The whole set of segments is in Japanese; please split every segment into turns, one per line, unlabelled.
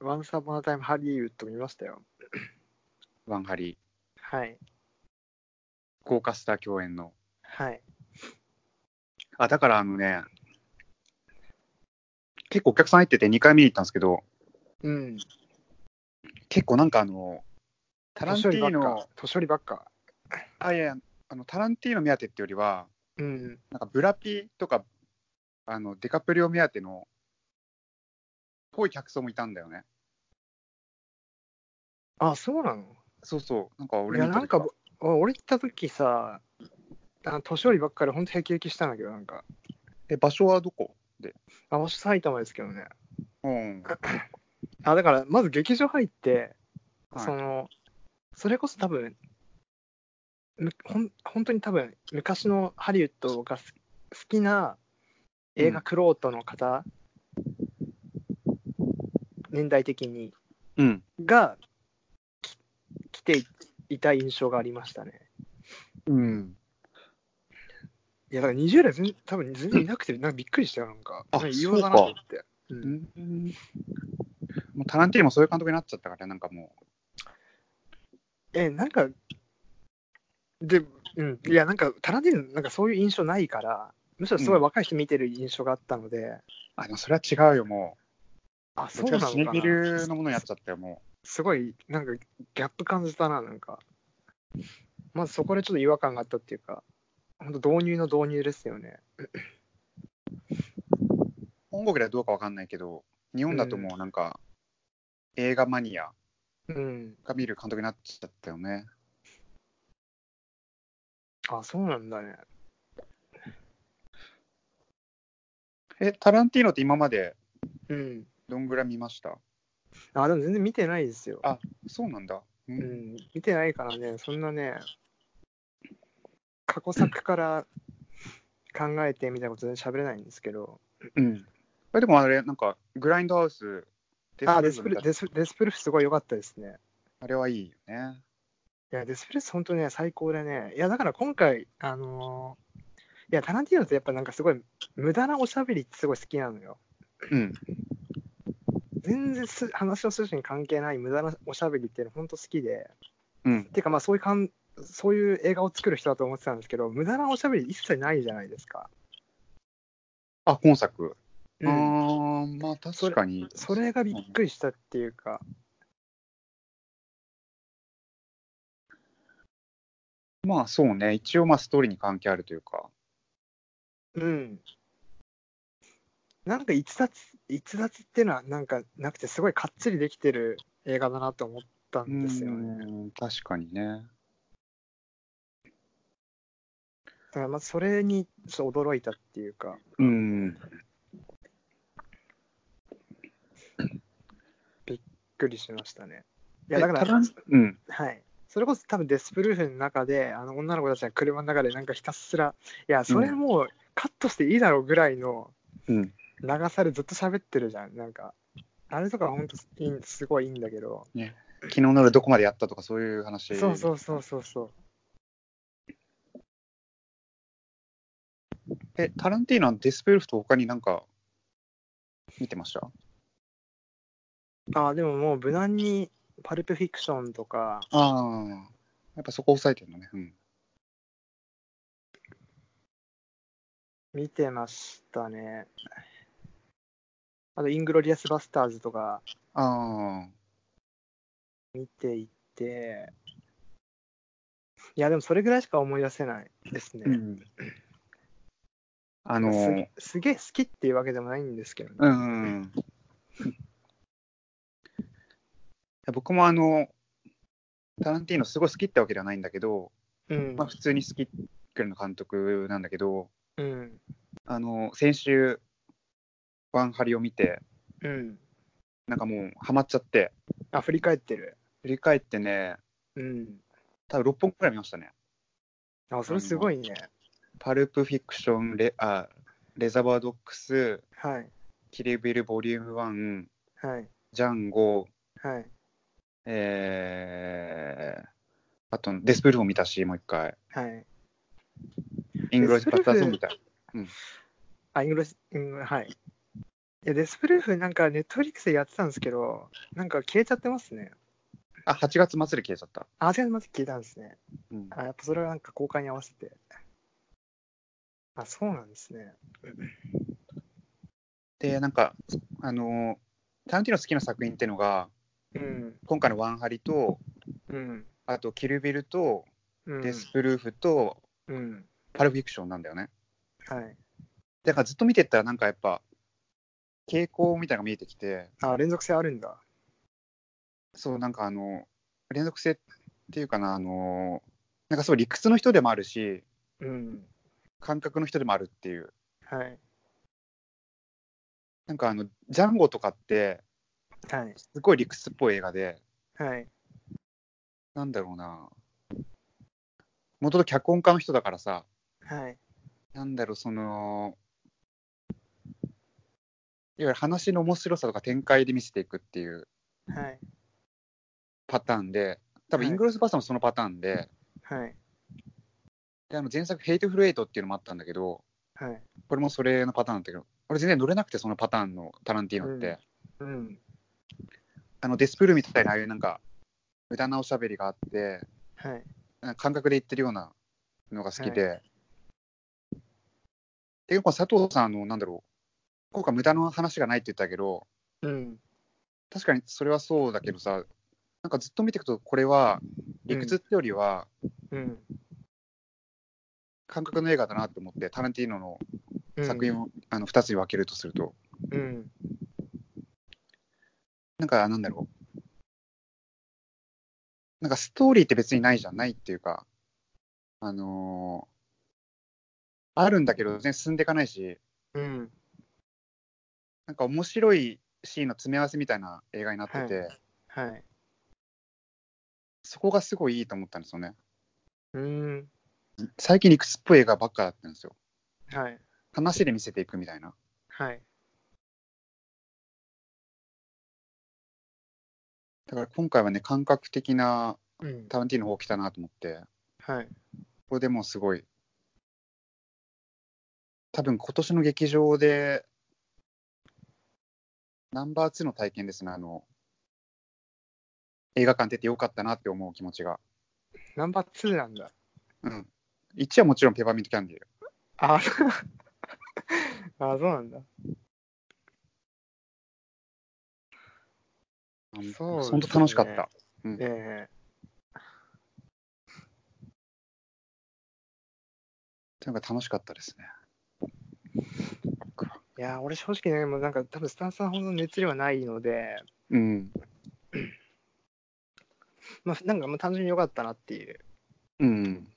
ワンサボナタイムハリーウッド見ましたよ。
ワンハリー、
はい。
豪華スター共演の。
はい。
あ、だからあのね、結構お客さん入ってて2回見に行ったんですけど、
うん。
結構なんかあの、タラン
年
テ
寄
ィ
りば
ー
っ
ノ
か、。年寄りばっか。
あ、いやいや、あのタランティーノ目当てってよりは、
うん。
なんかブラピとか、あのデカプリオ目当ての、ぽい客層もいたんだよね。
あ、そうなの
そうそう、なんか俺
いや、
見た
なん
時は
か、ぼ俺行った時さ、あ年寄りばっかり、ほんとへきへきしたんだけど、なんか、
え、場所はどこで。
あ、私埼玉ですけどね。
うん。
あ、だから、まず劇場入って、
はい
その、それこそ多分、むほん本当に多分、昔のハリウッドがす好きな映
う
画
ん
クロートの方、年代的に、
うん。
が、き来ていた印象がありましたね。
うん。
いや、だから20代全、多分全然いなくて、なんかびっくりしたよ、なんか。
あ
なん異様だなと思って。う
うんんもうタランティーノもそういう監督になっちゃったから、なんかも
え、なんか、で、うん、いや、なんか、タランティーノ、なんかそういう印象ないから、むしろすごい若い人見てる印象があったので、
う、あ、でもそれは違うよ、も
あ、
う。
そうなの
シネ
か
ビ
な。
ルのものやっちゃったよ、も
すごい、なんか、ギャップ感じたな、なんか。まずそこでちょっと違和感があったっていうか、本当導入の導入ですよね。
う。本国ではどうかわかんないけど、日本だともうなんか、映画マニア
うん。
が見る監督になっちゃったよね。
あ、そうなんだね。
え、タランティーノって今まで
うん。
どんぐらい見ました
あ、でも全然見てないですよ。
そうなんだ。う。
うんん、見てないからね、そんなね、過去作から考えてみたいなこと全然喋れないんですけど、
うん、えでもあれ、なんか、グラインドハウス、デ
あ、デ
ス
ス
プ
プ
ル
ル
ームだ
デスデスプルフすごい良かったですね。
あれはいいよね。
いや、デスプルフ本当ね、最高でね、いや、だから今回、あのーいや、タランティーノってやっぱなんかすごい無駄なおしゃべりってすごい好きなのよ。
うん。
全然す話の筋に関係ない無駄なおしゃべりっていうの本当好きで、
うん。
てかまあそういうかんそういう映画を作る人だと思ってたんですけど、無駄なおしゃべり一切ないじゃないですか。
あ、本作。
うん
ああ、まあ確かに。
それがびっくりしたっていうか。
まあそうね、一応まあストーリーに関係あるというか。
うん。なんか逸脱、逸脱っていうのはなんかなくて、すごいかっちりできてる映画だなと思ったんですよね。だ
うん確かにね。
からまあそれにちょっと驚いたっていうか。
うん。
びっくりしましたね。いやだか
えタ
ら
ラン、うん。
はい。それこそ多分デスプルーフの中で、あの女の子たちが車の中でなんかひたすら、いや、それもうカットしていいだろうぐらいの
うん。
長さでずっと喋ってるじゃん。なんか、あれとか本当いいすごいいいんだけど。
昨日の夜どこまでやったとかそういう話。。
そうそううそうそうそう。
え、タランティーノはデスプルフと他になんか見てました
ああ、でももう無難に、パルプフィクションとか、
ああ。やっぱそこ抑えてるのね。うん。
見てましたね。あと、イングロリアスバスターズとか
ああ。
見ていて、いや、でもそれぐらいしか思い出せないですね。
うん。あのー、
すすげえ好きっていうわけでもないんですけどね。
うん。僕もあの、タランティーノすごい好きってわけではないんだけど、
うん
まあ、普通に好きっくらいの監督なんだけど、
うん。
あの先週、ワンハリを見て、
うん。
なんかもうハマっちゃって、
あ、振り返ってる。
振り返ってね、
うん。
多分6本くらい見ましたね。
あ、それすごいね。
パルプフィクション、レあレザーバードックス、
はい。
キリビルボリューム1、
はい。
ジャンゴ、
はい。
えー、あとデスプルーフも見たし、もう一回、
はい。
イングロイス・パッターソンみたい。
あ、イングロス、イングロはい。いや、デスプルーフなんかネットフリックスでやってたんですけど、なんか消えちゃってますね。
あ、8月末で消えちゃった。
あ、全然まず消えたんですね。
うん、
あ、やっぱそれはなんか公開に合わせて。あ、そうなんですね。
で、なんか、あのー、タランティーノ好きな作品ってのが、
うん。
今回のワンハリと、
うん。
あと、キルビルと、
うん。
デスプルーフと、
うん。
パルプフィクションなんだよね。
はい。
だからずっと見てったら、なんかやっぱ、傾向みたいなのが見えてきて、
あ、連続性あるんだ。
そう、なんかあの、連続性っていうかな、あのー、なんかそう、理屈の人でもあるし、
うん。
感覚の人でもあるっていう。
はい。
なんかあの、ジャンゴとかって、
はい。
すごい理屈っぽい映画で、
はい。
なんだろうな。元々脚本家の人だからさ、
はい。
なんだろう、その、いわゆる話の面白さとか展開で見せていくっていう
はい。
パターンで、多分
は
イ
い
ングロスバーサーもそのパターンで、
はい。
であの前作、ヘイトフルエイトっていうのもあったんだけど、
はい。
これもそれのパターンだったけど、俺全然乗れなくて、そのパターンのタランティーノって、
うんうん。
あのデスプルみたいな、ああいうなんか、無駄なおしゃべりがあって、
はい。
なんか感覚で言ってるようなのが好きで、で、結構佐藤さん、あの、なんだろう、今回無駄な話がないって言ったけど、
うん。
確かにそれはそうだけどさ、なんかずっと見ていくと、これは理屈ってよりは
うん。
感覚の映画だなって思って、タランティーノの
うん
作品を、あの2つに分けるとすると、
うん。
なんかなんだろう、なんかストーリーって別にないじゃんないっていうか、あのーあるんだけど、全然進んでいかないし、
うん。
なんか面白いシーンの詰め合わせみたいな映画になってて、
ははい。
そこがすごいいいと思ったんですよね。
うん。
最近理屈っぽい映画ばっかだったんですよ。
はい。
話で見せていくみたいな。
はい。
だから今回はね、感覚的な
うん。
タランティーノの方来たなと思って、
はい。
これでもうすごい、多分今年の劇場で、ナンバー2の体験ですね、あの、映画館出てよかったなって思う気持ちが。
ナンバー2なんだ。
うん。1はもちろんペパーミントキャンディー。
あ、そう あ、そうなんだ。そうですね
本当楽しかった。
え
なんか楽しかったですね。僕は
えいや、俺正直ね、もうなんか多分スタンさんほどの熱量はないので、
うん。
まあ、なんかもう単純に良かったなっていう
うん。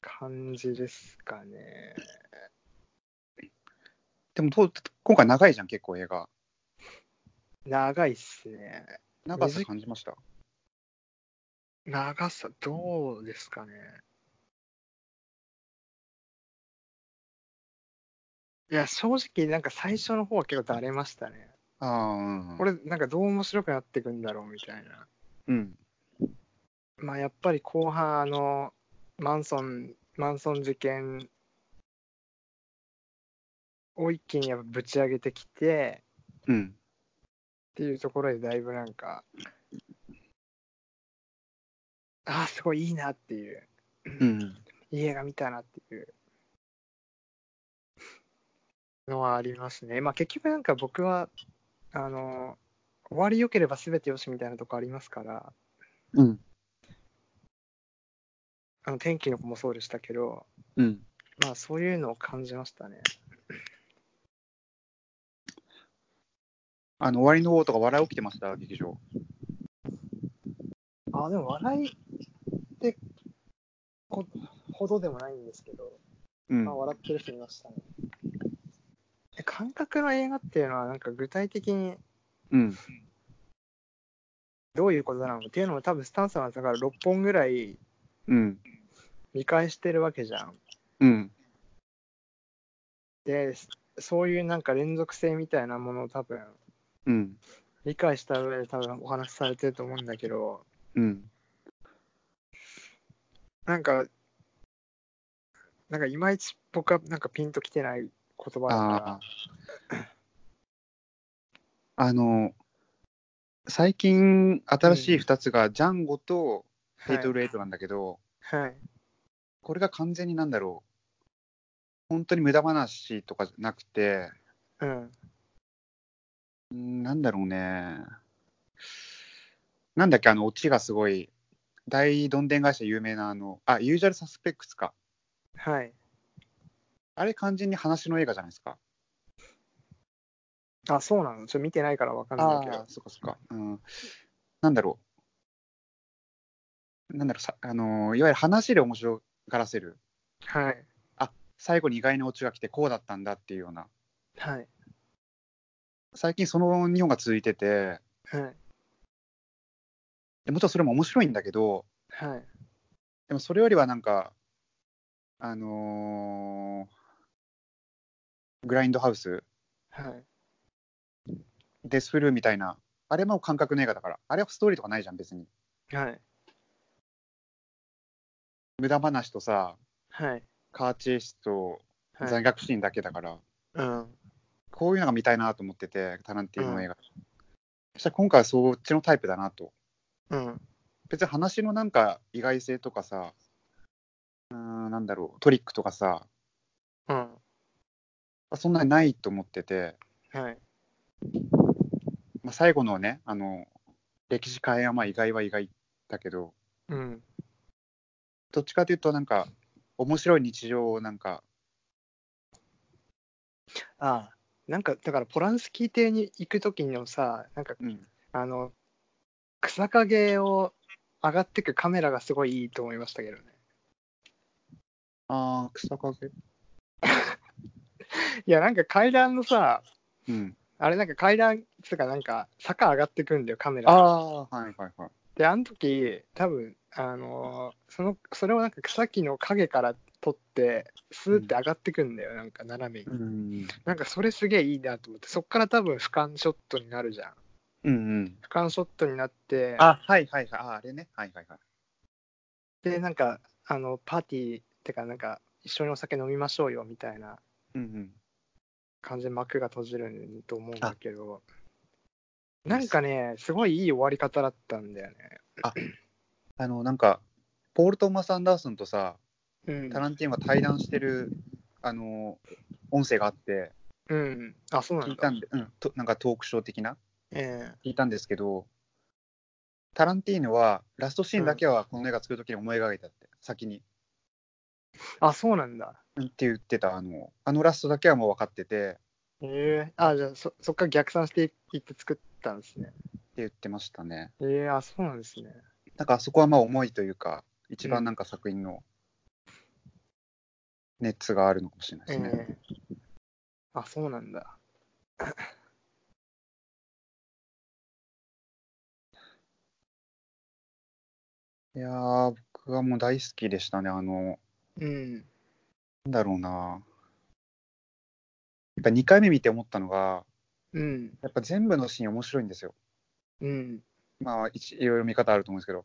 感じですかね。
でもどう、今回長いじゃん、結構映画。
長いっすね。
長さ感じました。
長さ、どうですかね。いや、正直、なんか最初の方は結構だれましたね。
ああ、うん。
こ、れ、なんかどう面白くなっていくんだろうみたいな。
うん。
まあ、やっぱり後半、あの、マンソン、マンソン事件を一気にやっぱぶち上げてきて、
うん。
っていうところでだいぶなんか、ああ、すごいいいなっていう、
うん。
いい映画見たなっていうのはありますね。まあ結局なんか僕は、あの、終わり良ければ全てよしみたいなとこありますから、
うん。
あの天気の子もそうでしたけど、
うん。
まあそういうのを感じましたね。
あの、終わりの方とか笑い起きてました、劇場。
あ、でも笑いってこほどでもないんですけど、
うん
まあ、。笑ってる人いましたね。え感覚の映画っていうのは、なんか具体的に
うん。
どういうことなのっていうのも、多分スタンさんはだから6本ぐらい
うん。
見返してるわけじゃん。
うん。
で、そういうなんか連続性みたいなものを多分
うん。
理解した上で多分お話しされてると思うんだけど、
うん。
なんか、なんかいまいち僕はなんかピンときてない言葉だから
あ、 あの、最近新しい2つが、ジャンゴと
は
ペ
い
イトルエイトなんだけど、
はい。
これが完全になんだろう、本当に無駄話とかじゃなくて、
うん。
うんなんだろうね、なんだっけ、あの、オチがすごい、大どんでん会社有名な、あの、あ、ユージャルサスペックスか。
はい。
あれ完全に話の映画じゃないですか。
あ、そうなのちょっと見てないからわかん
あ
な
あ
いけど。
そっかそっか。うん。なんだろう。なんだろう、さあのーいわゆる話で面白がらせる。
はい。
最後に意外なオチが来て、こうだったんだっていうような。
はい。
最近その日本が続いてて、
はい。
でもちろんそれも面白いんだけど、
はい。
でもそれよりはなんか、あのーグラインドハウス、
はい。
デスフルーみたいな、あれも感覚の映画だから、あれはストーリーとかないじゃん、別に。
はい。
無駄話とさ、
はい。
カーチェイスと
は
在
い。
学シーンだけだから。
うん。
こういうのが見たいなと思ってて、タランティーノの映画。そしたら今回はそっちのタイプだなと。
うん。
別に話のなんか意外性とかさ、うーん、なんだろう、トリックとかさ、
うん。
そんなにないと思ってて、
はい。
まあ、最後のね、あの、歴史変えはまあ意外は意外だけど、
うん。
どっちかというとなんか、面白い日常をなんか、
ああ。なんか、だから、ポランスキー邸に行くときのさ、なんか、
うん、
あの、草陰を上がってくカメラがすごいいいと思いましたけどね。
ああ、草影
いや、なんか階段のさ、
うん。
あれなんか階段つうかなんか坂上がってくんだよ、カメラ
あ
が。
あ、はいはいはい。
で、あの時、多分、あのーその、それをなんか草木の影から撮って、スーって上がってくんだよ、なんか斜めに。
うん。
なんかそれすげえいいなと思って、そっから多分俯瞰ショットになるじゃん。
うんうん。
俯瞰ショットになって、
あ、はいはいはい。ああれね。はいはいはい。
で、なんか、あの、パーティーってか、なんか、一緒にお酒飲みましょうよみたいな
うんうん。
感じで幕が閉じるんと思うんだけど、なんかね、すごいいい終わり方だったんだよね。
あの、なんか、ポール・トーマス・アンダーソンとさ、
うん
タランティーノが対談してる、あの、音声があって、
うん。あ、そうなん
聞
だ。
いたんで、うん、となんかトークショー的な、
え
聞いたんですけど、タランティーノは、ラストシーンだけはこの映画作るときに思い描いたって、先に。
えあ、そうなんだ。
うんって言ってた、あの、あのラストだけはもう分かってて、って
ええあ、じゃあそ、そっから逆算していって作ったんですね。
言ってましたね。
ええあ、そうなんですね。
なんか、あそこはまあ、重いというか、一番なんか作品の熱があるのかもしれない
え
で
え
すね。
あ、そうなんだ。
いやー、僕はもう大好きでしたね、あの、
うん。
なんだろうな。やっぱ2回目見て思ったのが、
うん。
やっぱ全部のシーン面白いんですよ。
うん。
まあ、いちいろいろ見方あると思うんですけど、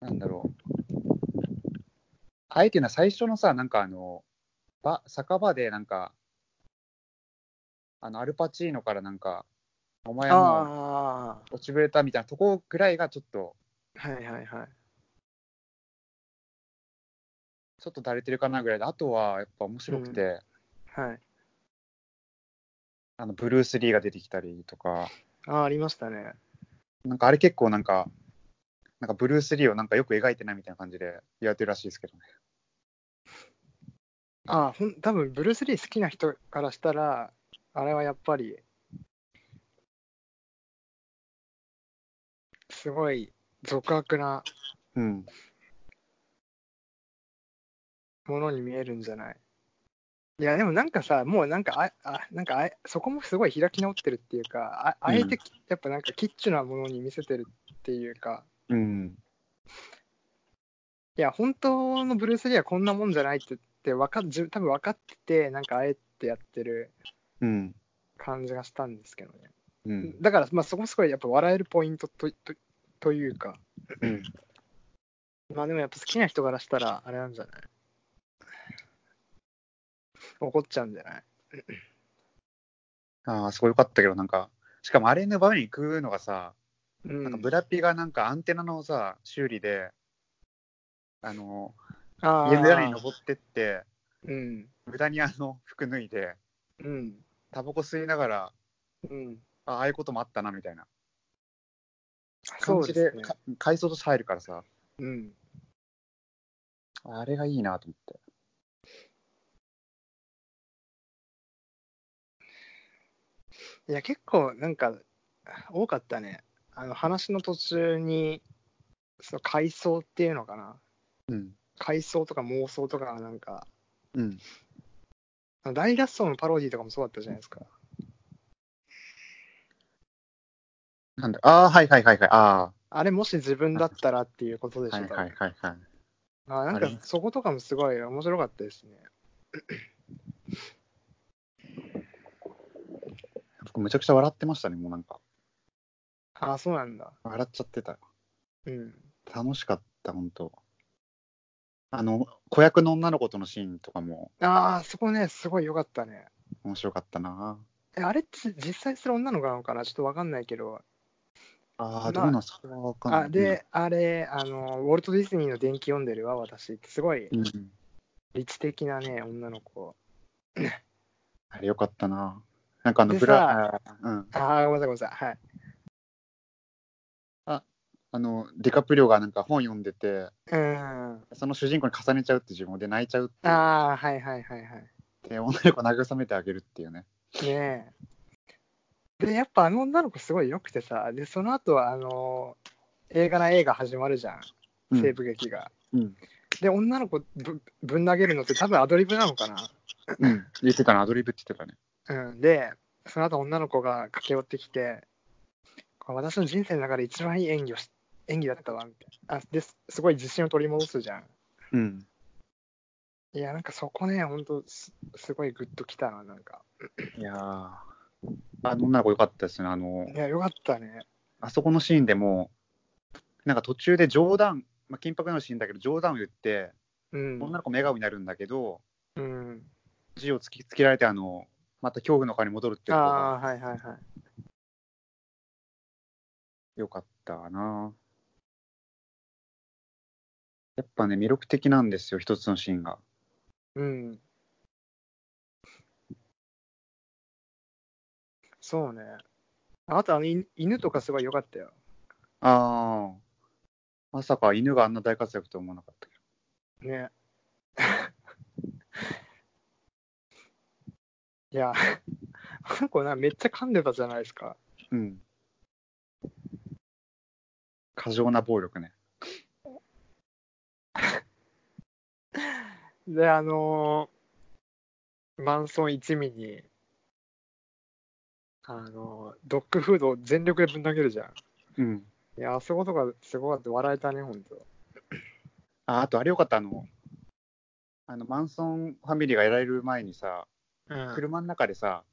なんだろう。あえて言うのは最初のさ、なんかあの、ば酒場でなんか、あの、アルパチーノからなんか、お前はも
あ
う落ちぶれたみたいなとこぐらいがちょっと、
あ、はいはいはい。
ちょっとだれてるかなぐらいで、あとはやっぱ面白くて、
はい。
あの、ブルース・リーが出てきたりとか、
ああ、ありましたね。
なんかあれ結構なんか、なんかブルース・リーをなんかよく描いてないみたいな感じで言われてるらしいですけどね。
ああ、ほん、多分ブルース・リー好きな人からしたら、あれはやっぱり、すごい俗悪な
うん。
ものに見えるんじゃないいやでもなんかさもうなんかああなんかあそこもすごい開き直ってるっていうかああえ
うん
てきやっぱなんかキッチュなものに見せてるっていうか、
うん。
いや本当のブルース・リーはこんなもんじゃないってってわか自分多分分かっててなんかあえてやってる
うん。
感じがしたんですけどね、
うん。
だからまあそこすごいやっぱ笑えるポイントととというか
うん。
まあでもやっぱ好きな人からしたらあれなんじゃない怒っちゃうんじゃない
ああ、すごい良かったけど、なんか、しかもあれの場面に行くのがさ、
うん
なんかブラピがなんかアンテナのさ、修理で、あの、
あー
家の屋根に登ってって、
うん。
無駄にあの服脱いで、
うん。
タバコ吸いながら、
うん。
あああいうこともあったなみたいな
そ
感
う
じ
で
です
ね。
か回想として入るからさ、
うん。
あれがいいなと思って。
いや、結構なんか多かったね。あの話の途中に、その回想っていうのかな。
うん。
回想とか妄想とかがなんか、
うん。
あの大脱走のパロディとかもそうだったじゃないですか。
なんだああ、はいはいはいはい。あ
あれ、もし自分だったらっていうことで
あ、
しょ
はいう
か。
はいはいはい。
あーなん
あ
か
れ
そことかもすごい面白かったですね。
僕めちゃくちゃ笑ってましたね、もうなんか。
ああ、そうなんだ。
笑っちゃってた。
うん。
楽しかった、本当あの、子役の女の子とのシーンとかも
ああ、そこね、すごい良かったね。
面白かったな。
え、あれって実際する女の子なのかなちょっとわかんないけど。
あ
あ
あ、どうなんそれはわかんない。
あ、で、あれ、あの、ウォルト・ディズニーの伝記読んでるわ、私。すごい、
うん、うん、
理知的なね、女の子。
あれよかったな。なんかあの、
で
ブラ、うん。
ああ、ごめんなさい、ごめんなさい。はい。
あの、ディカプリオがなんか本読んでて、
うーん。
その主人公に重ねちゃうって自分で泣いちゃうって言
ああ、はいはいはいはい。
って、女の子を慰めてあげるっていうね。
ねえ。で、やっぱあの女の子すごい良くてさ、で、その後は、あの映画な映画始まるじゃ、
うんん
西部劇が。
うん。
で、女の子ぶぶん投げるのって多分アドリブなのかな。
うん。言ってたな、アドリブって言ってたね。
うん、で、その後女の子が駆け寄ってきて、これ私の人生の中で一番いい演技をし演技だったわ、みたいな。あですすごい自信を取り戻すじゃん。
うん。
いや、なんかそこね、ほんとす、すごいグッときたな、なんか。
いやーあの女の子よかったですね。あの
い、や、よかったね。
あそこのシーンでも、なんか途中で冗談、まあ、緊迫なシーンだけど、冗談を言って、
うん。
女の子も笑顔になるんだけど、
うん。
銃を突きつけられて、あの、また恐怖の顔に戻るっていうのが
ああ、はいはいはい。
よかったな。やっぱね、魅力的なんですよ、一つのシーンが。
うん。そうね。あと、あの、い犬とかすごい良かったよ。
ああ。まさか犬があんな大活躍とは思わなかったけ
ね。いや、 あの子な、めっちゃ噛んでたじゃないですか。
ど。うん。過剰な暴力ね。
で、あのーマンソン一味に、あのードッグフードを全力でぶん投げるじゃん。
うん。
いや、あそことかすごかった。笑えたね、ほんと。
ああとあれよかった、あの、あのマンソンファミリーがやられる前にさ、
うん。
車の中でさ、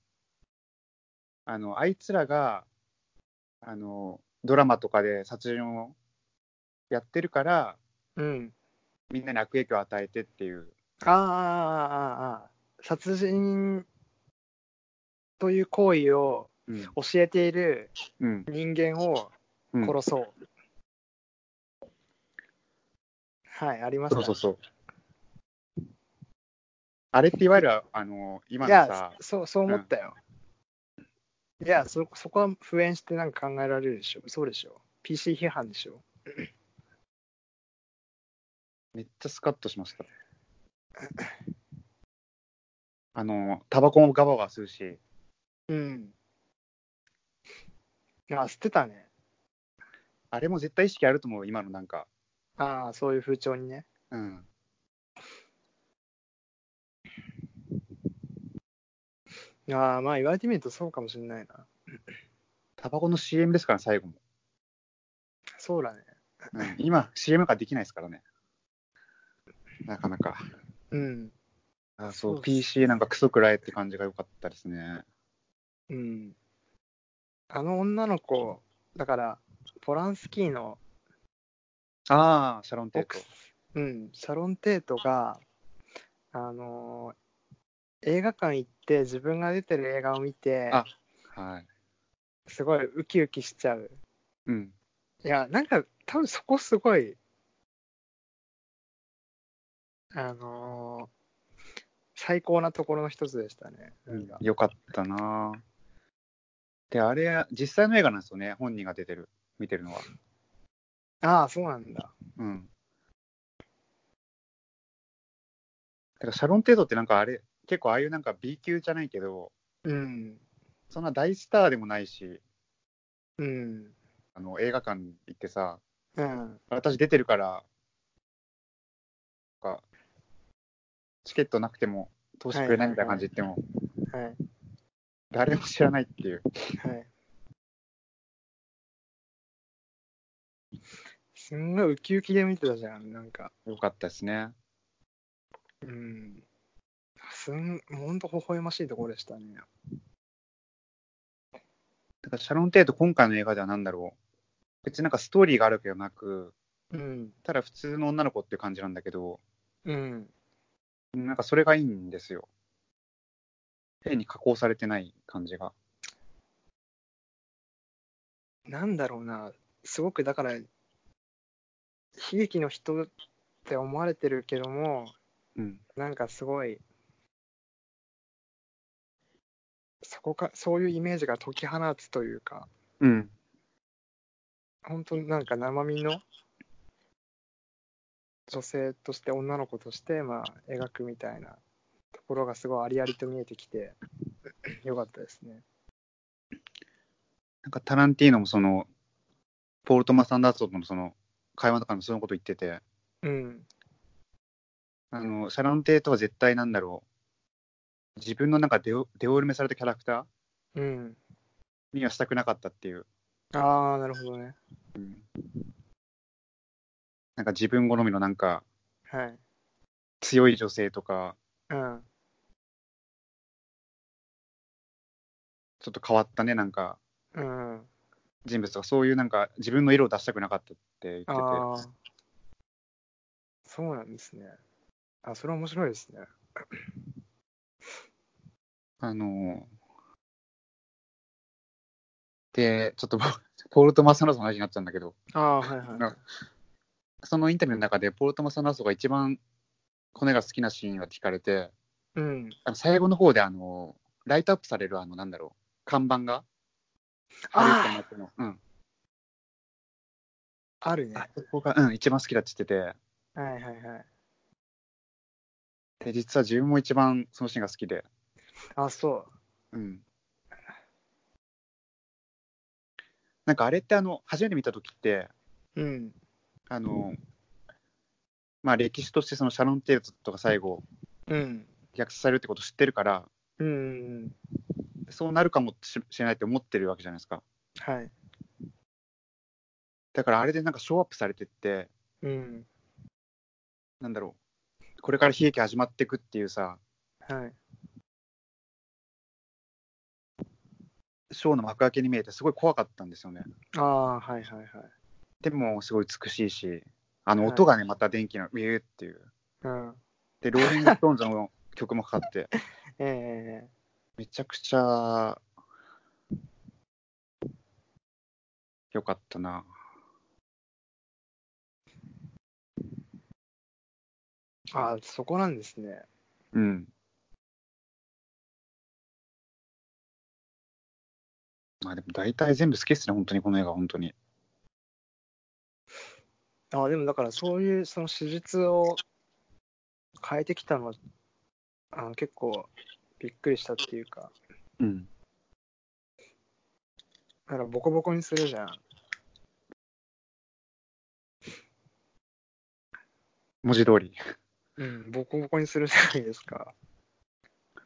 あの、あいつらが、あの、ドラマとかで殺人をやってるから、
うん、
みんなに悪影響を与えてっていう、
ああ、ああ、ああ。殺人という行為を
うん、
教えている
うん、
人間を
うん
殺そう。はい、ありました。
そうそうそう。あれっていわゆる、あの、今
い
の
や
さ、、
そうそう思ったよ。いやそ、そこは不縁してなんか考えられるでしょ。そうでしょ。PC 批判でしょ。
めっちゃスカッとしました。あの、タバコもガバガバ吸うし、
うん。あ、捨てたね。
あれも絶対意識あると思う、今のなんか。
ああ、そういう風潮にね。
うん。
ああ、まあ言われてみるとそうかもしれないな。
タバコの CM ですから、最後も。
そうだね。
うん、今、CM ができないですからね。なかなか。
うん。
あ
そ
そう、
うです
PC なんかクソくらいって感じが良かったですね。
うん。あの女の子、だから、ポランスキーの
ああ、シャロンテー
奥
ト
さ。ん、うん、シャロン・テイトが、あのー映画館行って自分が出てる映画を見て、
あはい。
すごいウキウキしちゃう。
うん。
いや、なんか、多分そこすごい、あのー最高なところの一つでしたね。なんか
よかったなぁで、あれ、実際の映画なんですよね、本人が出てる、見てるのは。
ああ、そうなんだ。
うん。だから、シャロン・テートってなんかあれ、結構ああいうなんか B 級じゃないけど、
うん。
そんな大スターでもないし、
うん。
あの映画館行ってさ、
うん。
私出てるから、なんかチケットなくても通してくれないみたいな感じで言っても、
はい。はい。
誰も知らないっていう。
すんごいウキウキで見てたじゃん、なんか。
よかったですね。
うん。すん、ほんと微笑ましいところでしたね。
だからシャロン・テート、今回の映画では何だろう。別になんかストーリーがあるわけではなく、
うん。
ただ普通の女の子っていう感じなんだけど、
うん。
なんかそれがいいんですよ。変に加工されてない感じが。
なんだろうな、すごくだから、悲劇の人って思われてるけども、
うん。
なんかすごい、そこか、そういうイメージが解き放つというか、
うん。
本当になんか生身の女性として、女の子として、まあ、描くみたいなところがすごいありありと見えてきて、よかったですね。
なんかタランティーノもその、ポール・トマス・アンダーソンとのその、会話とかもそのこと言ってて、
うん、
あの、シャロン・テートは絶対なんだろう。自分のなんかデオデオルメされたキャラクタ
う
ー
ん。
にはしたくなかったっていう。
ああ、なるほどね。
うんなんか自分好みのなんか
はい。
強い女性とか、
うん、
ちょっと変わったね、なんか
うん。
人物とか、そういうなんか自分の色を出したくなかったって言ってて。
ああ。そうなんですね。あ、それは面白いですね。
あのーで、ちょっと ぼポール・トマス・アンダーソンの話になっちゃうんだけど、
ああ、はいはい。
なそのインタビューの中で、ポール・トマス・アンダーソンが一番骨が好きなシーンは聞かれて、
うん。
あの最後の方で、あのーライトアップされる、あの、なんだろう、看板が、
あー
ハリウッドになってるの、うん、
あるね。は
あそこが、うん、一番好きだって言って
いはいはい。
て、で、実は自分も一番そのシーンが好きで、
あ、そ
うん。なんかあれって、あの、初めて見た時って、
う。うん。
あの、まあ歴史としてそのシャロン・テートとか最後、
うん。
虐殺されるってこと知ってるから、
うんうん。
そうなるかもししれないって思ってるわけじゃないですか。
はい。
だからあれでなんかショーアップされてって、
うん。
なんだろう、これから悲劇始まっていくっていうさ、
はい。
ショーの幕開けに見えてすごい怖かったんですよね。
ああ、はいはいはい。
でもすごい美しいし、あの音がね、また電気のウィーっていう。
うん。
で、ローリング・ストーンズの曲もかかって、
ええ
めちゃくちゃ良かったな。
ああ、そこなんですね。
うん。まあでも大体全部好きっすね、本当にこの映画、本当に。
ああ、でもだからそういう、その史実を変えてきたのは、あの結構びっくりしたっていうか、
うん。
だからボコボコにするじゃん。
文字通り、
うん、ボコボコにするじゃないですか。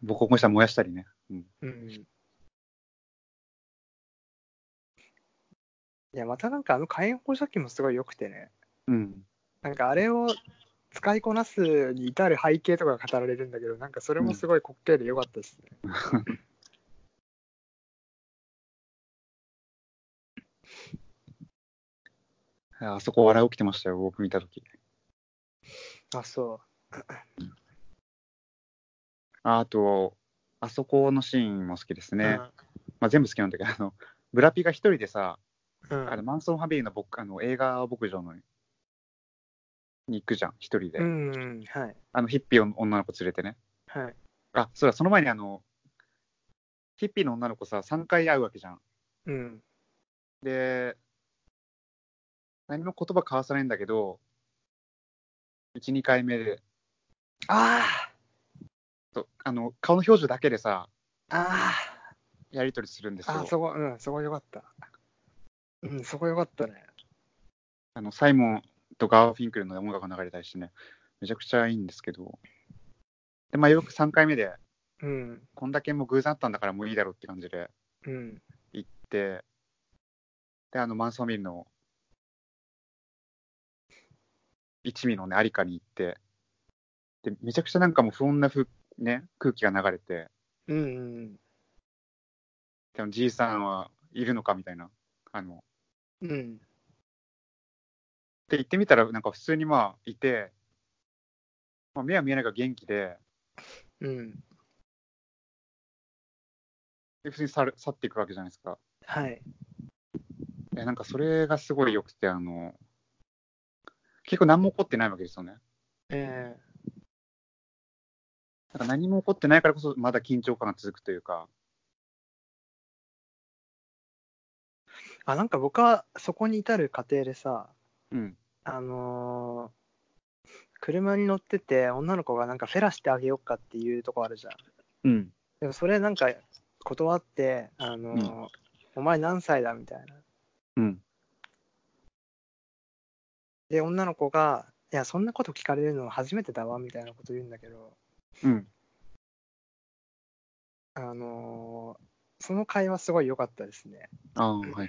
ボコボコにしたら燃やしたりね。うん。
うん。いや、またなんかあの火炎放射器もすごい良くてね。
うん。
なんかあれを使いこなすに至る背景とかが語られるんだけど、なんかそれもすごい滑稽で良かったですね。
あそこ笑い起きてましたよ、僕見たとき。
あ、そ
ああと、あそこのシーンも好きです
う。
ね。まあ全部好きなんだけど、あの、 ブラピが一人でさ、
うん
あのマンソンファミリーの僕あの映画牧場のに行くじゃん、一人で。
うんうん、はい。
あのヒッピーの女の子連れてね。
はい。
あ、そうだ、その前にあの、ヒッピーの女の子さ、3回会うわけじゃん。
うん。
で、何も言葉交わさないんだけど、1、2回目で、
あ
とあの顔の表情だけでさ、
ああ
やり取りするんです
あ
よ。
あそこ、うん、そこよかった。うん、そこよかったね。
あのサイモンとガーフィンクルの音楽が流れたりしてね、めちゃくちゃいいんですけど、でまあ、よく3回目で、
うん。
こんだけもう偶然あったんだからもういいだろうって感じで
うん。
行って、で、あのマンソンミルの一味のね、アリカに行って、で、めちゃくちゃなんかもう不穏なふ、ね、空気が流れて、
うんうん。
でもじいさんはいるのかみたいな、あの、
うん。
で行ってみたら、なんか普通にまあいて、まあ、目は見えないから元気で、
うん。
で普通に去る去っていくわけじゃないですか。
はい。
いやなんかそれがすごい良くて、あの、結構何も起こってないわけですよね。
え
なんか何も起こってないからこそ、まだ緊張感が続くというか、
ー、あ、なんか僕はそこに至る過程でさ、
うん、
あのー車に乗ってて、女の子がなんかフェラしてあげようかっていうとこあるじゃん。
うん、
でもそれなんか断って、あのーお前何歳だみたいな。
うん、
で、女の子が、いや、そんなこと聞かれるの初めてだわみたいなこと言うんだけど、
うん。
あのーその会話すごい良かったですね。
ああ、はいはい。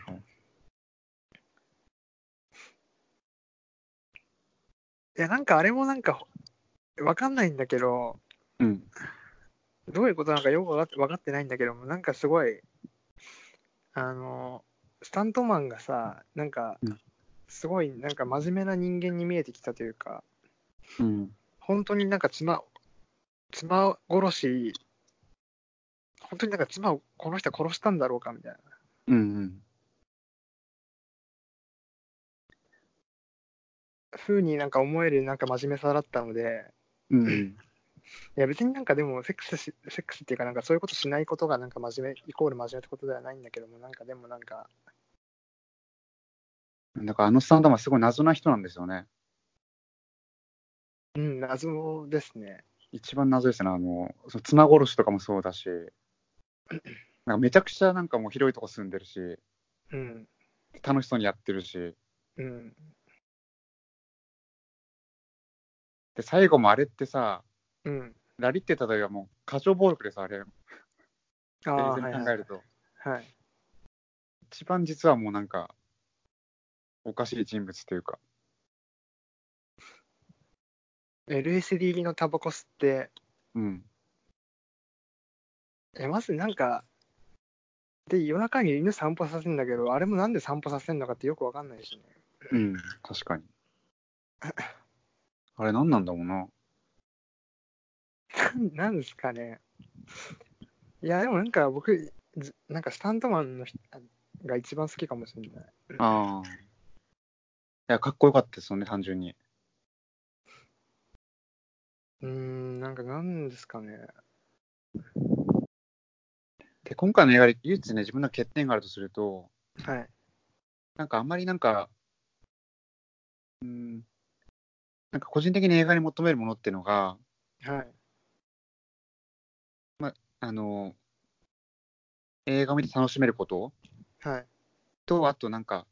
いや、なんかあれもなんか、わかんないんだけど、
うん、
どういうことなのかよくわかってわかってないんだけども、なんかすごい、あのースタントマンがさ、なんか
うん、
すごい、なんか真面目な人間に見えてきたというか、
うん、
本当になんか妻、妻殺し、本当になんか妻をこの人殺したんだろうかみたいな。
うん、うん、
風になんか思えるなんか真面目さだったので、
うん、
いや別になんかでもセックスし、セックスっていうかなんかそういうことしないことがなんか真面目、イコール真面目ってことではないんだけども、なんかでもなんか、
うん。だからあのスタンドマンすごい謎な人なんですよね。
うん、謎ですね。
一番謎ですね。あの、その妻殺しとかもそうだし、なんかめちゃくちゃなんかもう広いとこ住んでるし、
うん、
楽しそうにやってるし、
うん、
で、最後もあれってさ、
うん。
ラリってた時はもう過剰暴力です、あれ。
ああ、
冷
は
静
い、
に
は
考え
い
ると。
はい。
一番実はもうなんか、おかしい人物というか。
LSD のタバコ吸って、
うん。
え、まずなんか、で、夜中に犬散歩させるんだけど、あれもなんで散歩させるのかってよくわかんないしね。
うん。確かに。あれ何なんだろうな。
なんなんですかね。いや、でもなんか僕、ずなんかスタントマンの人が一番好きかもしれない。
ああ。いや、かっこよかったですよね、単純に。
うーん、なんかなんですかね。
で、今回の映画で唯一ね、自分の欠点があるとすると、
はい。
なんかあんまりなんか、うん、なんか個人的に映画に求めるものっていうのが、
はい。
あの、映画を見て楽しめること
はい。
と、あとなんか、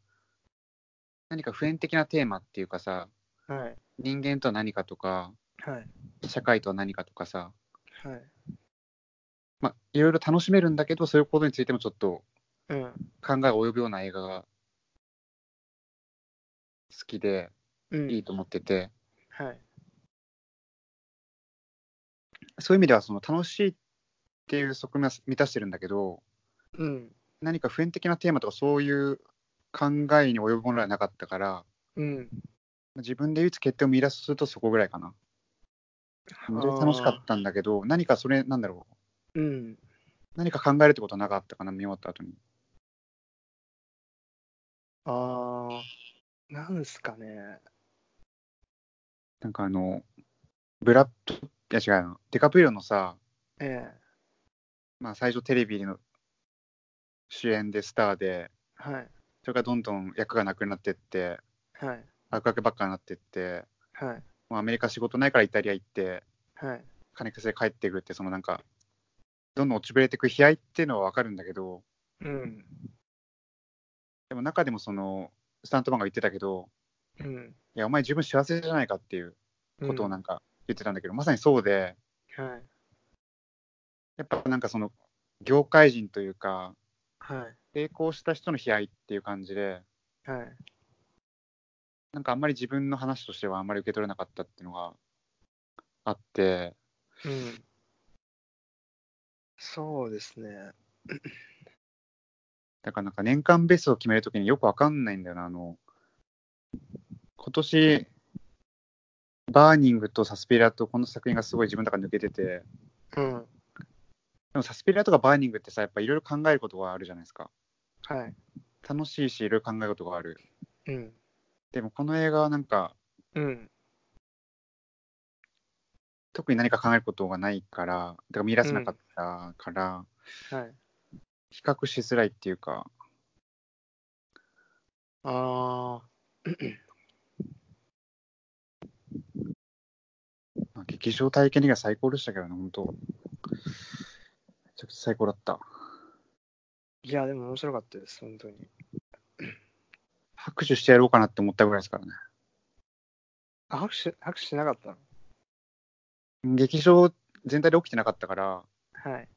何か普遍的なテーマっていうかさ、
はい。
人間とは何かとか、
はい。
社会とは何かとかさ、
はい。
まあ、いろいろ楽しめるんだけど、そういうことについてもちょっと
うん。
考えが及ぶような映画が好きで、
うん。
いいと思ってて、
はい。
そういう意味ではその楽しいっていう側面は満たしてるんだけど、
うん。
何か普遍的なテーマとかそういう考えに及ぶものはなかったから、
うん。
自分で唯一欠点を見出すとするとそこぐらいかな。本当に楽しかったんだけど、何かそれ、なんだろう、
うん。
何か考えるってことはなかったかな、見終わった後に。
あー、なんすかね。
なんかあの、ブラッド、いや違うの、デカプリオのさ、
ええ
まあ最初テレビの主演でスターで、
はい、
それからどんどん役がなくなってって、
はい、
悪役ばっかになってって、
はい、
もうアメリカ仕事ないからイタリア行って、
はい、
金稼いで帰ってくって、そのなんか、どんどん落ちぶれてく悲哀っていうのはわかるんだけど、
うん、
でも中でもその、スタントマンが言ってたけど、
うん。
いや、お前自分幸せじゃないかっていうことを
うん
なんか言ってたんだけど、まさにそうで、
はい、
やっぱなんかその、業界人というか、
はい、
成功した人の悲哀っていう感じで、
はい。
なんかあんまり自分の話としてはあんまり受け取れなかったっていうのがあって、
うん。そうですね。
だからなんか年間ベストを決めるときによくわかんないんだよな、あの、今年、バーニングとサスペリアとこの作品がすごい自分の中に抜けてて、で
うん、
もサスペリアとかバーニングってさ、やっぱいろいろ考えることがあるじゃないですか。
はい、
楽しいし、いろいろ考えることがある。
うん、
でもこの映画はなんか、
うん、
特に何か考えることがないから、だから見出せなかったから、
はい。
比較しづらいっていうか、
あ
まあ、劇場体験的には最高でしたけどね、本当。めちゃくちゃ最高だった。
ー、いや、でも面白かったです、本当に。
拍手してやろうかなって思ったぐらいですからね。
あ、拍手、拍手しなかったの
劇場全体で起きてなかったから、
はい。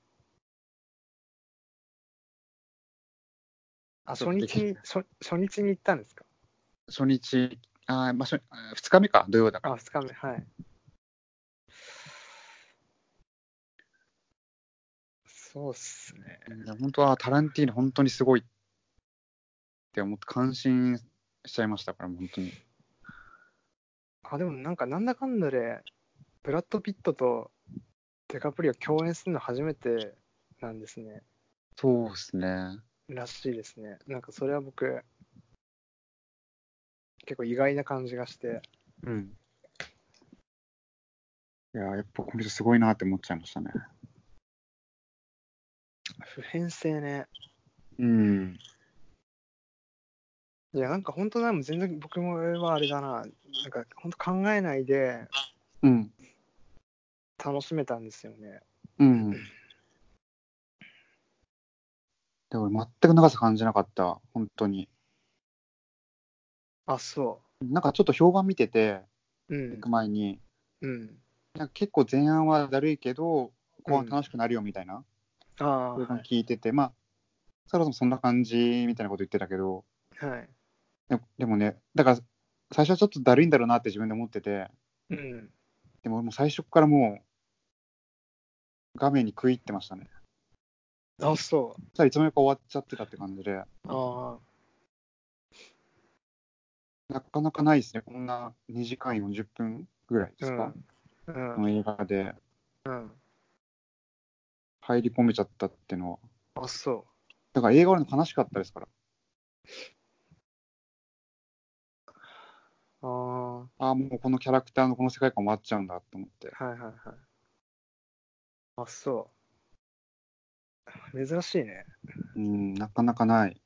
あ、初
ちょっと
日に、そ初日に行ったんですか
初日、あーまあ、初あー二日目か、土曜だから。
あ、2日目、はい。そうっすね。
いや本当はタランティーノ、本当にすごいって思って、感心しちゃいましたから、本当に。
あ、でもなんか、なんだかんだで、ブラッド・ピットとデカプリオ共演するの初めてなんですね。
そうですね。
らしいですね。なんか、それは僕、結構意外な感じがして。
うん。いやー、やっぱこの人すごいなって思っちゃいましたね。
普遍性ね。
うん。
いや、なんか本当でも全然僕もはあれだな。なんか本当考えないで
うん。
楽しめたんですよね。
うん。で、俺、全く長さ感じなかった、本当に。
あ、そ
なんかちょっと評判見てて、
う。う
行
ん
く。前に、
うん。
なんか結構前半はだるいけど、後半楽しくなるよみたいな、
ああ、
そういう
は
の聞いてて、まあ、サラさんもそんな感じみたいなこと言ってたけど、
い。はい。
でもでもね、だから、最初はちょっとだるいんだろうなって自分で思ってて、
うん。
でも俺もう最初からもう、画面に食い入ってましたね。
あ、そ
そしたらいつの間にか終わっちゃってたって感じで、
う。あ
なかなかないですね、こんな2時間40分ぐらいですか、
あ、う
こ
ん。
の映画で
うん。
入り込めちゃったっていうのは。
あ、そ
だから映画は悲しかったですか
う。
ら、
ああ、は
ああ、もうこのキャラクターのこの世界観終わっちゃうんだと思って。
いはいはい。あ、そう。珍しいね。
うん、なかなかない。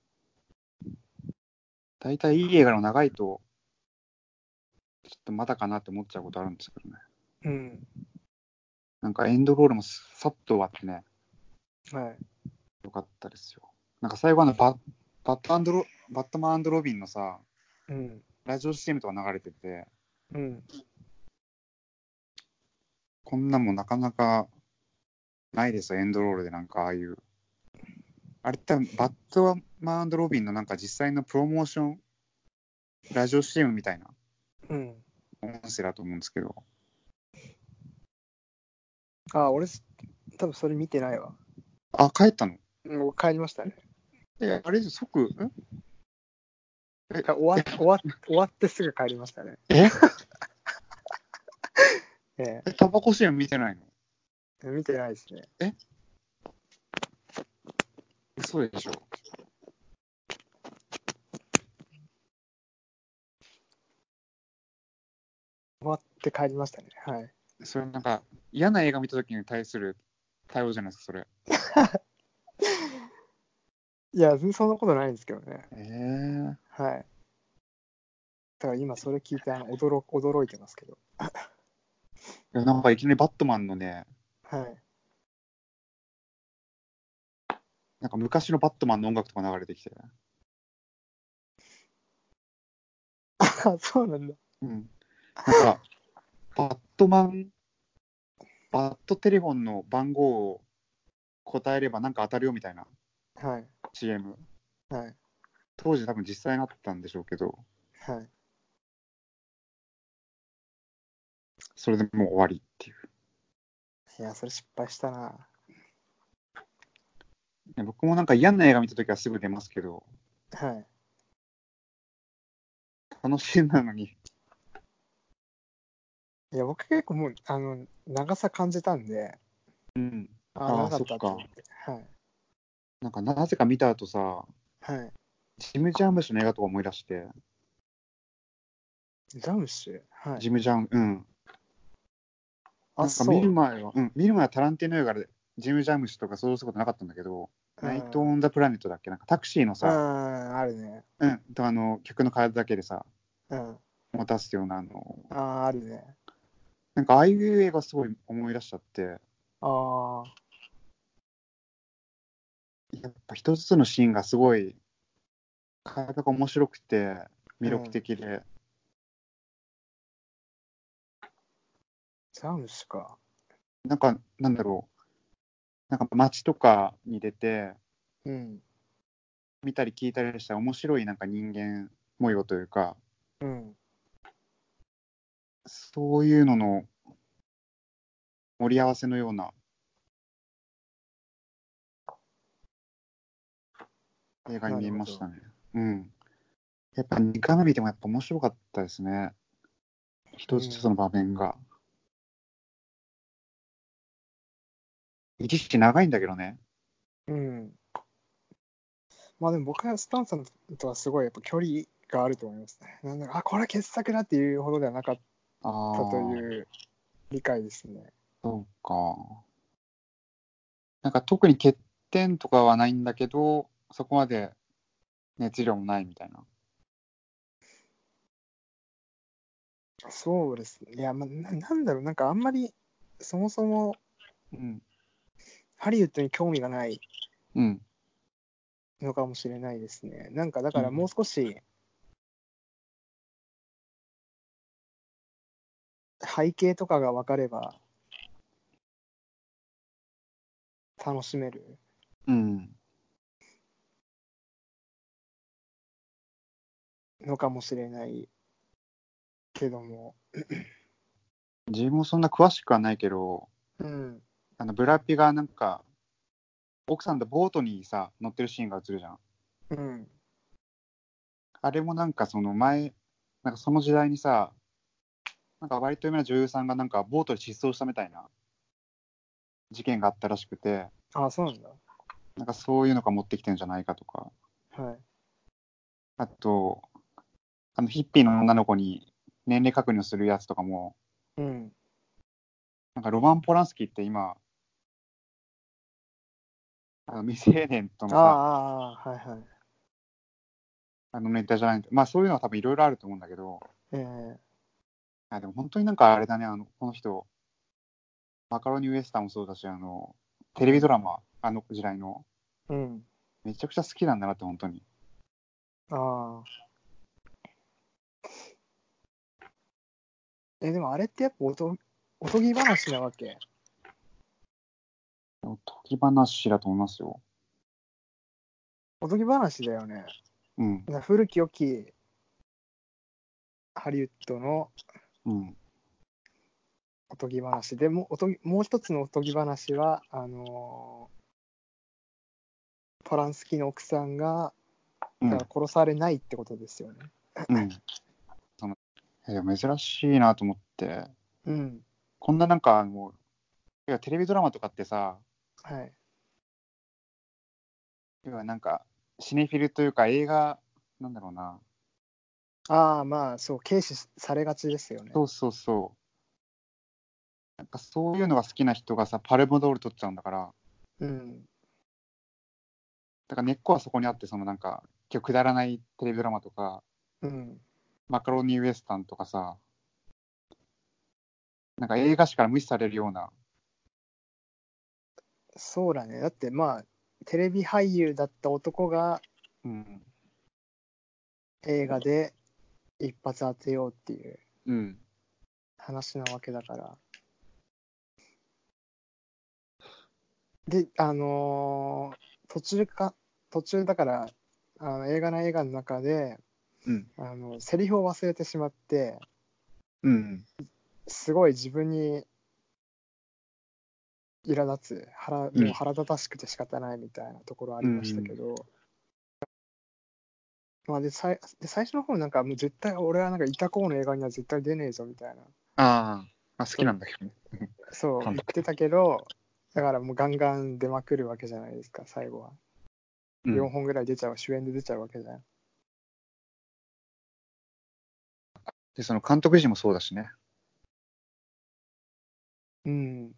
大体いい映画の長いと、ちょっとまだかなって思っちゃうことあるんですけどね。
うん。
なんかエンドロールもすさっと終わってね、
はい。
よかったですよ。なんか最後あのババットアンドロ、バットマンロビンのさ、
うん。
ラジオ CM とか流れてて、
うん。
こんなもんなかなかないですよ、エンドロールでなんかああいう。あれってバットマンロビンのなんか実際のプロモーション、ラジオ CM みたいな
うん。
音声だと思うんですけど、
あ、俺、多分それ見てないわ。
あ、帰ったの
もう帰りましたね。
え、あれですよ即、ん
か終わっ終わっ終わってすぐ帰りましたね。
え
え
え、タバコ CM 見てないの
え見てないですね。
嘘でしょ
回って帰りましたね。はい。
それなんか、嫌な映画見た時に対する対応じゃないですか、それ。
いや、全然そんなことないんですけどね。
ええ
はい。だから今それ聞いてあの驚驚いてますけど。
いやなんかいきなりバットマンのね、
はい。
なんか昔のバットマンの音楽とか流れてきて。
あ、そうなんだ。
うん。なんか、バットマン、バットテレフォンの番号を答えればなんか当たるよみたいな
はい。
CM。
はい。
当時多分実際にあったんでしょうけど、
はい。
それでもう終わりっていう。
いや、それ失敗したな。
ね僕もなんか嫌な映画見たときはすぐ出ますけど、
はい。
楽しいなのに。
いや、僕結構もう、あの、長さ感じたんで、
うん。
あ
あ
長
ー
かったと思って。
なんかなぜか見た後さ、
はい。はい。
ジム・ジャームッシュの映画とか思い出して、
ジャムシュはい。
ジム・ジャーム、うん。
あ
なんか見る前は、うん、見る前はタランティーノ映画で、ジム・ジャームッシュとか想像することなかったんだけど、ナイト・オン・ザ・プラネットだっけなんかタクシーの
うん、
さ、
あーあるね。
うん、とあの、客の体だけでさ、
うん。
持たすような、あの、
ああ、あるね。
なんかああいう映画すごい思い出しちゃって、
ああ、
やっぱ一つのシーンがすごい、体が面白くて、魅力的で、
ジャムシュか。
なんか、なんだろう、なんか街とかに出て、
うん。
見たり聞いたりした面白いなんか人間模様というか、
うん。
そういうのの盛り合わせのような映画に見えましたね。うん。やっぱ2回目見てもやっぱ面白かったですね。一つ一つの場面が。一時期長いんだけどね。
うん。まあでも僕はスタンさんとはすごいやっぱ距離があると思いますね。なんだかあ、これは傑作だっていうほどではなかっ
あ
た
あ。
という理解ですね。
そうか。なんか特に欠点とかはないんだけど、そこまで熱量もないみたいな。
そうですね。いや、まあ、ななんだろう、なんかあんまりそもそも
うん。
ハリウッドに興味がない
うん。
のかもしれないですね。なんかだからもう少し、背景とかが分かれば楽しめる。
うん。
のかもしれないけども。
自分もそんな詳しくはないけど、
うん。
あのブラピがなんか、奥さんとボートにさ、乗ってるシーンが映るじゃん。
うん。
あれもなんかその前、なんかその時代にさ、なんか割と有名な女優さんがなんかボートで失踪したみたいな事件があったらしくて、
あそうなんだ。
なんかそういうのが持ってきてんじゃないかとか。
はい。
あと、あのヒッピーの女の子に年齢確認をするやつとかも、
うん。
なんかロマン・ポランスキーって今、あの未成年との
あ
さ、
あ、ああはいはい。
あのネタじゃない、まあそういうのは多分いろいろあると思うんだけど、
ええ
あでも本当になんかあれだね、あのこの人、マカロニ・ウエスタンもそうだし、あのテレビドラマ、あの時代の、
うん。
めちゃくちゃ好きなんだなって、本当に。
ああ。え、でもあれってやっぱおとおとぎ話なわけ。
おとぎ話だと思いますよ。
おとぎ話だよね。
うん、
な古き良きハリウッドの
うん、
おとぎ話でもうおとぎもう一つのおとぎ話はあのーポランスキーの奥さんが
う
だ
ん
から。殺されないってことですよね。
うん、そのえー珍しいなと思って
うん、
こんななんかあの要はテレビドラマとかってさ
はい。
要はなんかシネフィルというか映画なんだろうな
ああ、まあ、そう、軽視されがちですよね。
そうそうそう。なんかそういうのが好きな人がさ、パルムドール取っちゃうんだから、
うん。
だから根っこはそこにあって、そのなんか、今日くだらないテレビドラマとか、
うん。
マカロニウエスタンとかさ、なんか映画史から無視されるような、
そうだね。だって、まあ、テレビ俳優だった男が
うん、
映画で一発当てようっていう
うん、
話なわけだから。で、あのー途中か、途中だから、あの映画の映画の中で、
うん、
あの、セリフを忘れてしまって、
うん、
すごい自分に苛立つ腹も
うん
う腹立たしくて仕方ないみたいなところありましたけど、まあ、でさいで最初の方なんかもう絶対俺はなんかいたこうの映画には絶対出ねえぞみたいな
あー、まあ、好きなんだけどね。
そう言
監
っ
督
てたけどだからもうガンガン出まくるわけじゃないですか最後は
うん
4本ぐらい出ちゃう主演で出ちゃうわけじゃん、
で、その監督陣もそうだしね。
うん、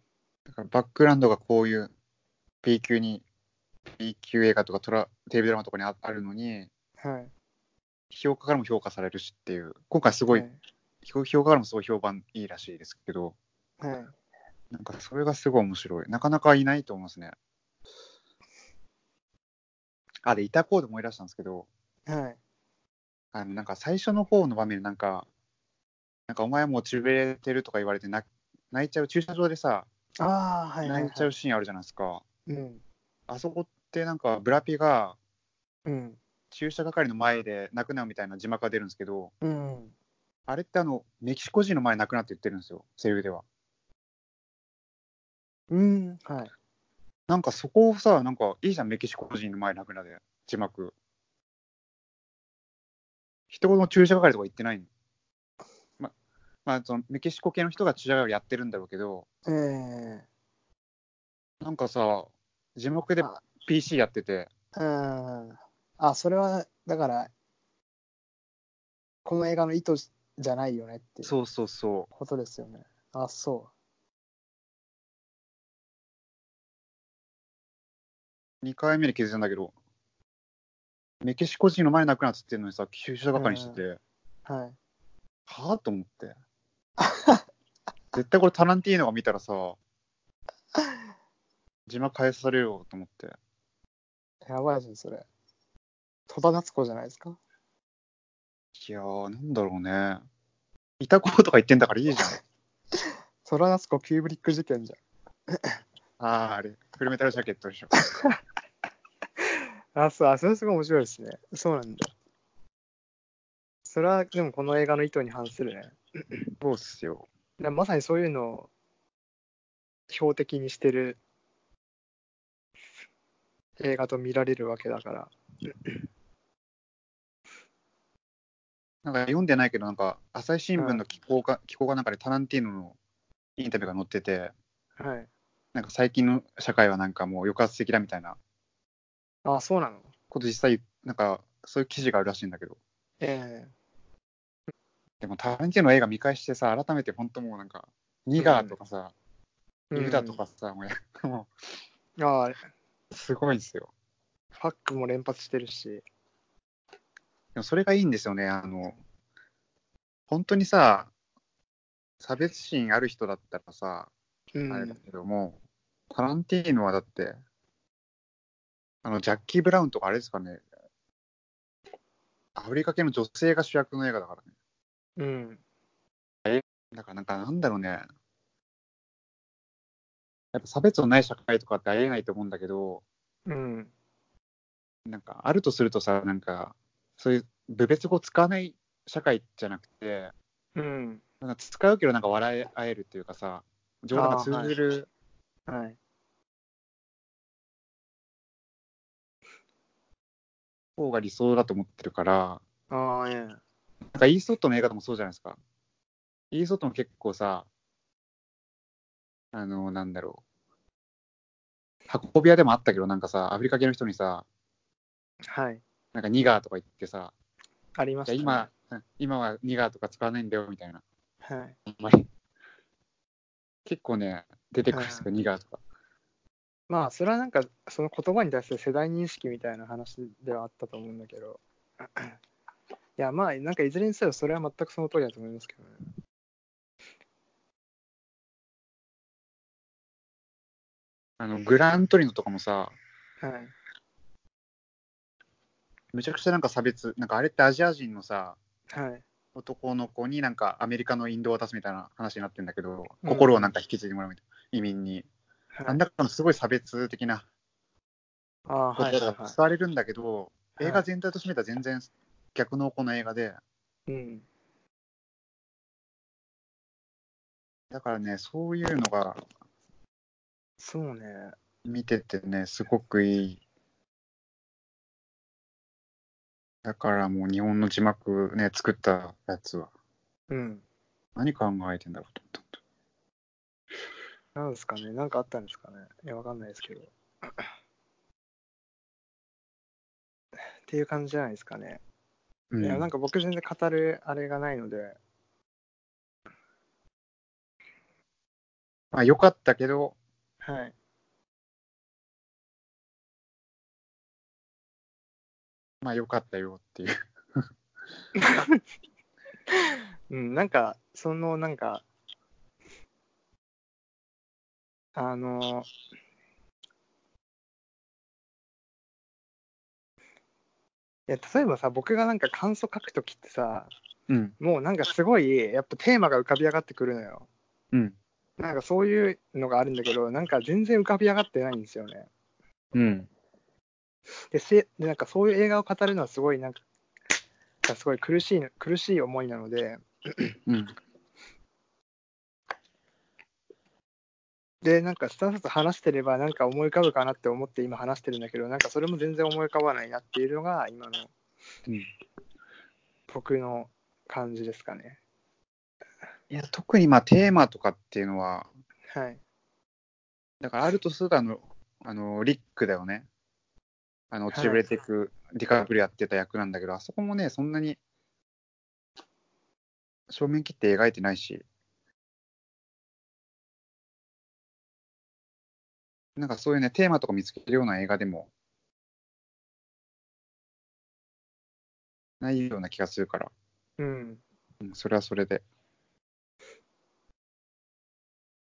だからバックグラウンドがこういう B 級に、B 級映画とかトラテレビドラマとかにああるのに、
はい
評価からも評価されるしっていう、今回すごい、
はい、
評評価からもすごい評判いいらしいですけど、
はい
なんかそれがすごい面白い。なかなかいないと思いますね。あ、で、いたこうで思い出したんですけど、
はい、
あのなんか最初の方の場面、なんか、なんかお前もうちびれてるとか言われて泣泣いちゃう、駐車場でさ、
ああはいはい、
泣
はい
いちゃうシーンあるじゃないですか。
うん
あそこってなんか、ブラピが、
うん
駐車係の前で泣くなよみたいな字幕が出るんですけど、
うん
あれってあの、メキシコ人の前で泣くなって言ってるんですよ、セリフでは。
うんはい
なんかそこをさ、なんかいいじゃん、メキシコ人の前で泣くなで、字幕。一言も駐車係とか言ってないの。ま、まあ、そのメキシコ系の人が駐車係やってるんだろうけど、
ええ
なんかさ、字幕で
あ
PC やってて、
うんあ、それは、だから、この映画の意図じゃないよねっていう
そうそうそ、
ことですよね。あ、そう
2回目で気づいたんだけど、メキシコ人の前で泣くなって言ってるのにさ、駐車係にしてて。
う。はい。
はぁと思って。絶対これタランティーノが見たらさ、字幕返されるよと思って。
やばいじゃん、それ。戸田夏子じゃないですか。
いやー、なんだろうね。いたことか言ってんだからいいじゃん。
戸田夏子キューブリック事件じ
あー、あれ、フルメタルジャケットでしょ。
ゃん。あ、そう、あ、それすごい面白いですね。そうなんだ。それは、でもこの映画の意図に反するね。だか
そうっすよ。
らまさにそういうのを標的にしてる映画と見られるわけだから。
なんか読んでないけど、なんか、朝日新聞の機構か、機構かなんかでタランティーノのインタビューが載ってて、
はい。
なんか最近の社会はなんかもう抑圧的だみたいな
あ、そうなの
こと実際、なんか、そういう記事があるらしいんだけど。
え
でもタランティーノの映画見返してさ、改めて本当もうなんか、ニガーとかさ、
え
ユダとかさ、もうや も
うんああ、
うすごいんですよ。
ファックも連発してるし。
でもそれがいいんですよね。あの、本当にさ、差別心ある人だったらさ、
う
あれだ
ん。
けども、タランティーノはだって、あの、ジャッキー・ブラウンとかあれですかね、アフリカ系の女性が主役の映画だからね。
うん。
だからなんかなんだろうね。やっぱ差別のない社会とかってありえないと思うんだけど、
うん。
なんかあるとするとさ、なんかそういう部別語使わない社会じゃなくて、
うん。
なんか使うけどなんか笑い合えるっていうかさ、冗談が通じる、
はい。
方が理想だと思ってるから、
ああ、ええ。
なんかイーストウッドの映画でもそうじゃないですか。イーストウッドも結構さ、あの、なんだろう。運び屋でもあったけど、なんかさ、アフリカ系の人にさ、
はい。
なんかニガーとか言ってさ、
ありま
じ
す
ゃあ今、うん今はニガーとか使わないんだよみたいな、
はい。
あんまり。結構ね、出てくるんですよ、ニガーとか。
まあ、それはなんか、その言葉に対する世代認識みたいな話ではあったと思うんだけど、いや、まあ、なんかいずれにせよ、それは全くその通りだと思いますけどね。
あのグラントリノとかもさ、
はい。
めちゃくちゃなんか差別、なんかあれってアジア人のさ、
はい。
男の子になんかアメリカのインドを渡すみたいな話になってんだけど、
うん
心をなんか引き継いでもらうみたいな移民に、
はい、
なんだかのすごい差別的な
ああ、
こ
は
と
い、はい、
が
は
使われるんだけど、
い。
映画全体として見たら全然逆のこの映画で、
うん。
だからね、そういうのが
そうね。
見ててね、すごくいい。だからもう日本の字幕ね、作ったやつは、
うん。
何考えてんだろうと思ったんだ。
なんですかね。なんかあったんですかね。いや、わかんないですけど。っていう感じじゃないですかね。
う
いや、なん
ん、
か僕全然語るあれがないので、
まあ良かったけど、
はい。
まあ良かったよっていう。
うん、なんか、その、なんか、あの、いや例えばさ、僕がなんか感想書くときってさ、
うん、
もうなんかすごい、やっぱテーマが浮かび上がってくるのよ。
うん、
なんかそういうのがあるんだけど、なんか全然浮かび上がってないんですよね。
うん。
で、せでなんかそういう映画を語るのはすごい、なんか、なんかすごい苦しいの、苦しい思いなので、
うん、
で、なんかスタンスと話してれば、なんか思い浮かぶかなって思って今話してるんだけど、なんかそれも全然思い浮かばないなっていうのが、今の
うん
僕の感じですかね。
いや特にまあテーマとかっていうのは、
はい。
だからあるとするとあの、あのリックだよね。あの、
はい
落ちぶれていく、ディカプリオやってた役なんだけど、あそこもね、そんなに正面切って描いてないし、なんかそういうね、テーマとか見つけるような映画でもないような気がするから、
うん。
うん、それはそれで。